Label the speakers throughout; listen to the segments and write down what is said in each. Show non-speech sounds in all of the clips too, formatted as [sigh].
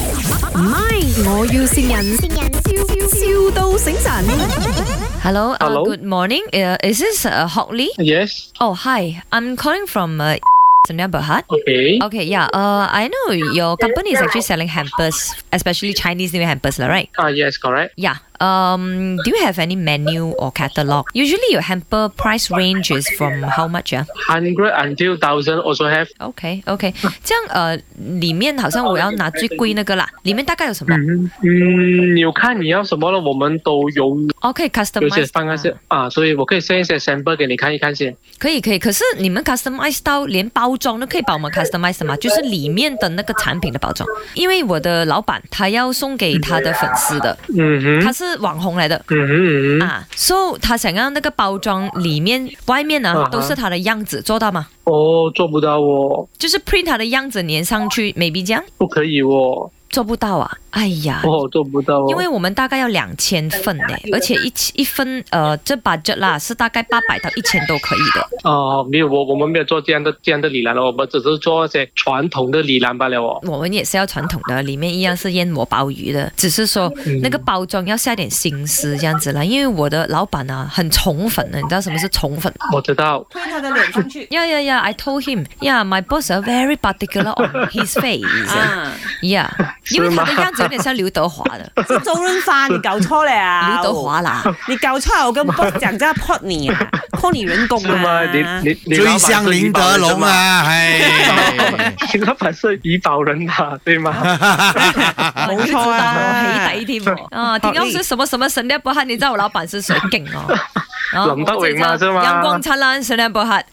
Speaker 1: 唔係，我要善人，笑笑到醒神。
Speaker 2: Hello, uh,
Speaker 3: Hello.
Speaker 2: good morning. Uh, is this uh, Hockley?
Speaker 3: Yes.
Speaker 2: Oh, hi. I'm calling from uh, Neighborhood.
Speaker 3: Okay.
Speaker 2: Okay, yeah. Uh, I know your company is actually selling hampers, especially Chinese New Year hampers, lah, right?
Speaker 3: Ah, yes, correct.
Speaker 2: Yeah. Um, do you have any menu or catalog? Usually, your hamper price range is from how much? Yeah.
Speaker 3: Hundred until thousand also have.
Speaker 2: OK OK，这样呃，里面好像我要拿最贵那个啦。里面大概有什么
Speaker 3: 嗯嗯，你有看你要什么了，我们都有
Speaker 2: ？OK
Speaker 3: 有些方案
Speaker 2: customize
Speaker 3: 是啊，所以我可以 send 一些 sample 给你看一看先。
Speaker 2: 可以可以，可是你们 customize 到连包装都可以帮我们 customize 的吗？就是里面的那个产品的包装，因为我的老板他要送给他的粉丝的，
Speaker 3: 嗯哼，
Speaker 2: 他是网红来的。
Speaker 3: 嗯哼嗯哼，
Speaker 2: 啊，so 他想要那个包装里面、外面呢、
Speaker 3: 啊哈
Speaker 2: 都是他的样子，做到吗？
Speaker 3: 哦，做不到哦，
Speaker 2: 就是 print 他的样子粘上去，maybe 这样
Speaker 3: 不可以哦，
Speaker 2: 做不到啊！哎呀，
Speaker 3: 哦，做不到哦。
Speaker 2: 因为我们大概要两千份呢，而且一一份呃，这 budget 啦是大概八百到一千都可以的。
Speaker 3: 哦，没有我我们没有做这样的这样的礼篮了，我们只是做一些传统的礼篮罢了哦。
Speaker 2: 我们也是要传统的，里面一样是燕窝鲍鱼的，只是说那
Speaker 3: 嗯
Speaker 2: 个包装要下点心思这样子啦。因为我的老板啊很宠粉的，你知道什么是宠粉？
Speaker 3: 我知道，
Speaker 4: 推他的脸上去
Speaker 2: [laughs] Yeah, yeah, yeah. I told him, yeah, my boss are very particular on his [laughs] face.
Speaker 4: 啊！
Speaker 2: Yeah，因
Speaker 3: 是
Speaker 2: 为
Speaker 3: 吗
Speaker 2: 他的样子有点像刘德华 [laughs] 的，
Speaker 4: 是周润发，你搞错了啊！
Speaker 2: 刘德，华啦。
Speaker 4: 你搞错了，我跟 boss 讲，
Speaker 2: [laughs]
Speaker 4: 这样 p 你啊，扣你人工
Speaker 3: 是吗？
Speaker 4: 啊！
Speaker 3: 你你你老
Speaker 5: 追
Speaker 3: 板是
Speaker 5: 像林
Speaker 3: 怡保
Speaker 5: 德
Speaker 3: 人是
Speaker 5: 龙
Speaker 3: 吗！ [laughs]
Speaker 4: [laughs]
Speaker 5: 啊，哎，
Speaker 3: 你老板是怡保人嘛，对吗？
Speaker 4: 冇錯啊
Speaker 2: 我起底 [laughs] 添喎。啊，點解是什麼什麼神力不黑？你知道我老闆是誰勁哦？啊 [laughs]
Speaker 3: 林德榮嘛啫嘛
Speaker 2: 陽光燦爛，神力不 [laughs] 黑。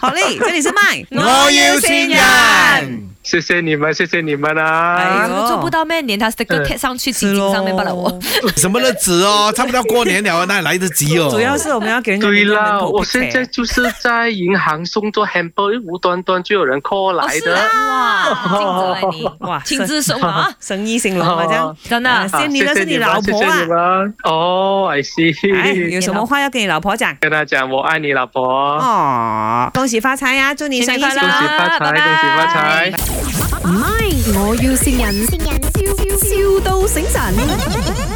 Speaker 4: 好嘞，这里是
Speaker 2: [laughs]
Speaker 4: 麦，
Speaker 5: 我要先人。
Speaker 3: 谢谢你们，谢谢你们
Speaker 4: 哎
Speaker 3: 啊！
Speaker 4: 呦
Speaker 2: 做不到咩？連他 sticker
Speaker 3: 嗯
Speaker 2: 貼上去，紧紧上面不了我。哦
Speaker 5: 什么日子哦？差不多要过年了，那还来得及哦。
Speaker 4: 主要是我们要给人家
Speaker 3: 对
Speaker 4: 人家门
Speaker 3: 啦，
Speaker 4: 口
Speaker 3: 我
Speaker 4: 辟邪
Speaker 3: 现在就是在银行送做 hamper，无端端就有人 call
Speaker 2: 哦
Speaker 3: 来
Speaker 2: 是
Speaker 3: 的。
Speaker 2: 啊，哇，镜子愛你， [laughs]
Speaker 4: 哇
Speaker 2: 親自送啊，
Speaker 4: 生意兴隆啊，这样
Speaker 3: 哦
Speaker 2: 真的
Speaker 4: 啊
Speaker 2: 啊。
Speaker 3: 啊
Speaker 4: 仙女
Speaker 3: 谢
Speaker 4: 呢是
Speaker 3: 谢
Speaker 4: 你
Speaker 3: 们
Speaker 4: 老婆
Speaker 3: 谢
Speaker 4: 啊
Speaker 3: 谢你们。哦，I
Speaker 4: 哎，
Speaker 3: see。
Speaker 4: 有什么话要跟你老
Speaker 3: [laughs]
Speaker 4: 婆讲？
Speaker 3: 跟他讲我爱你，老婆。
Speaker 4: 哦，恭喜发财呀，祝你生意
Speaker 2: 新年
Speaker 4: 兴
Speaker 2: 快
Speaker 3: 恭
Speaker 2: 樂
Speaker 3: 喜发
Speaker 4: 隆。
Speaker 2: 拜拜
Speaker 3: 财，恭喜发财。
Speaker 1: 唔係，我要善人，笑笑到醒神。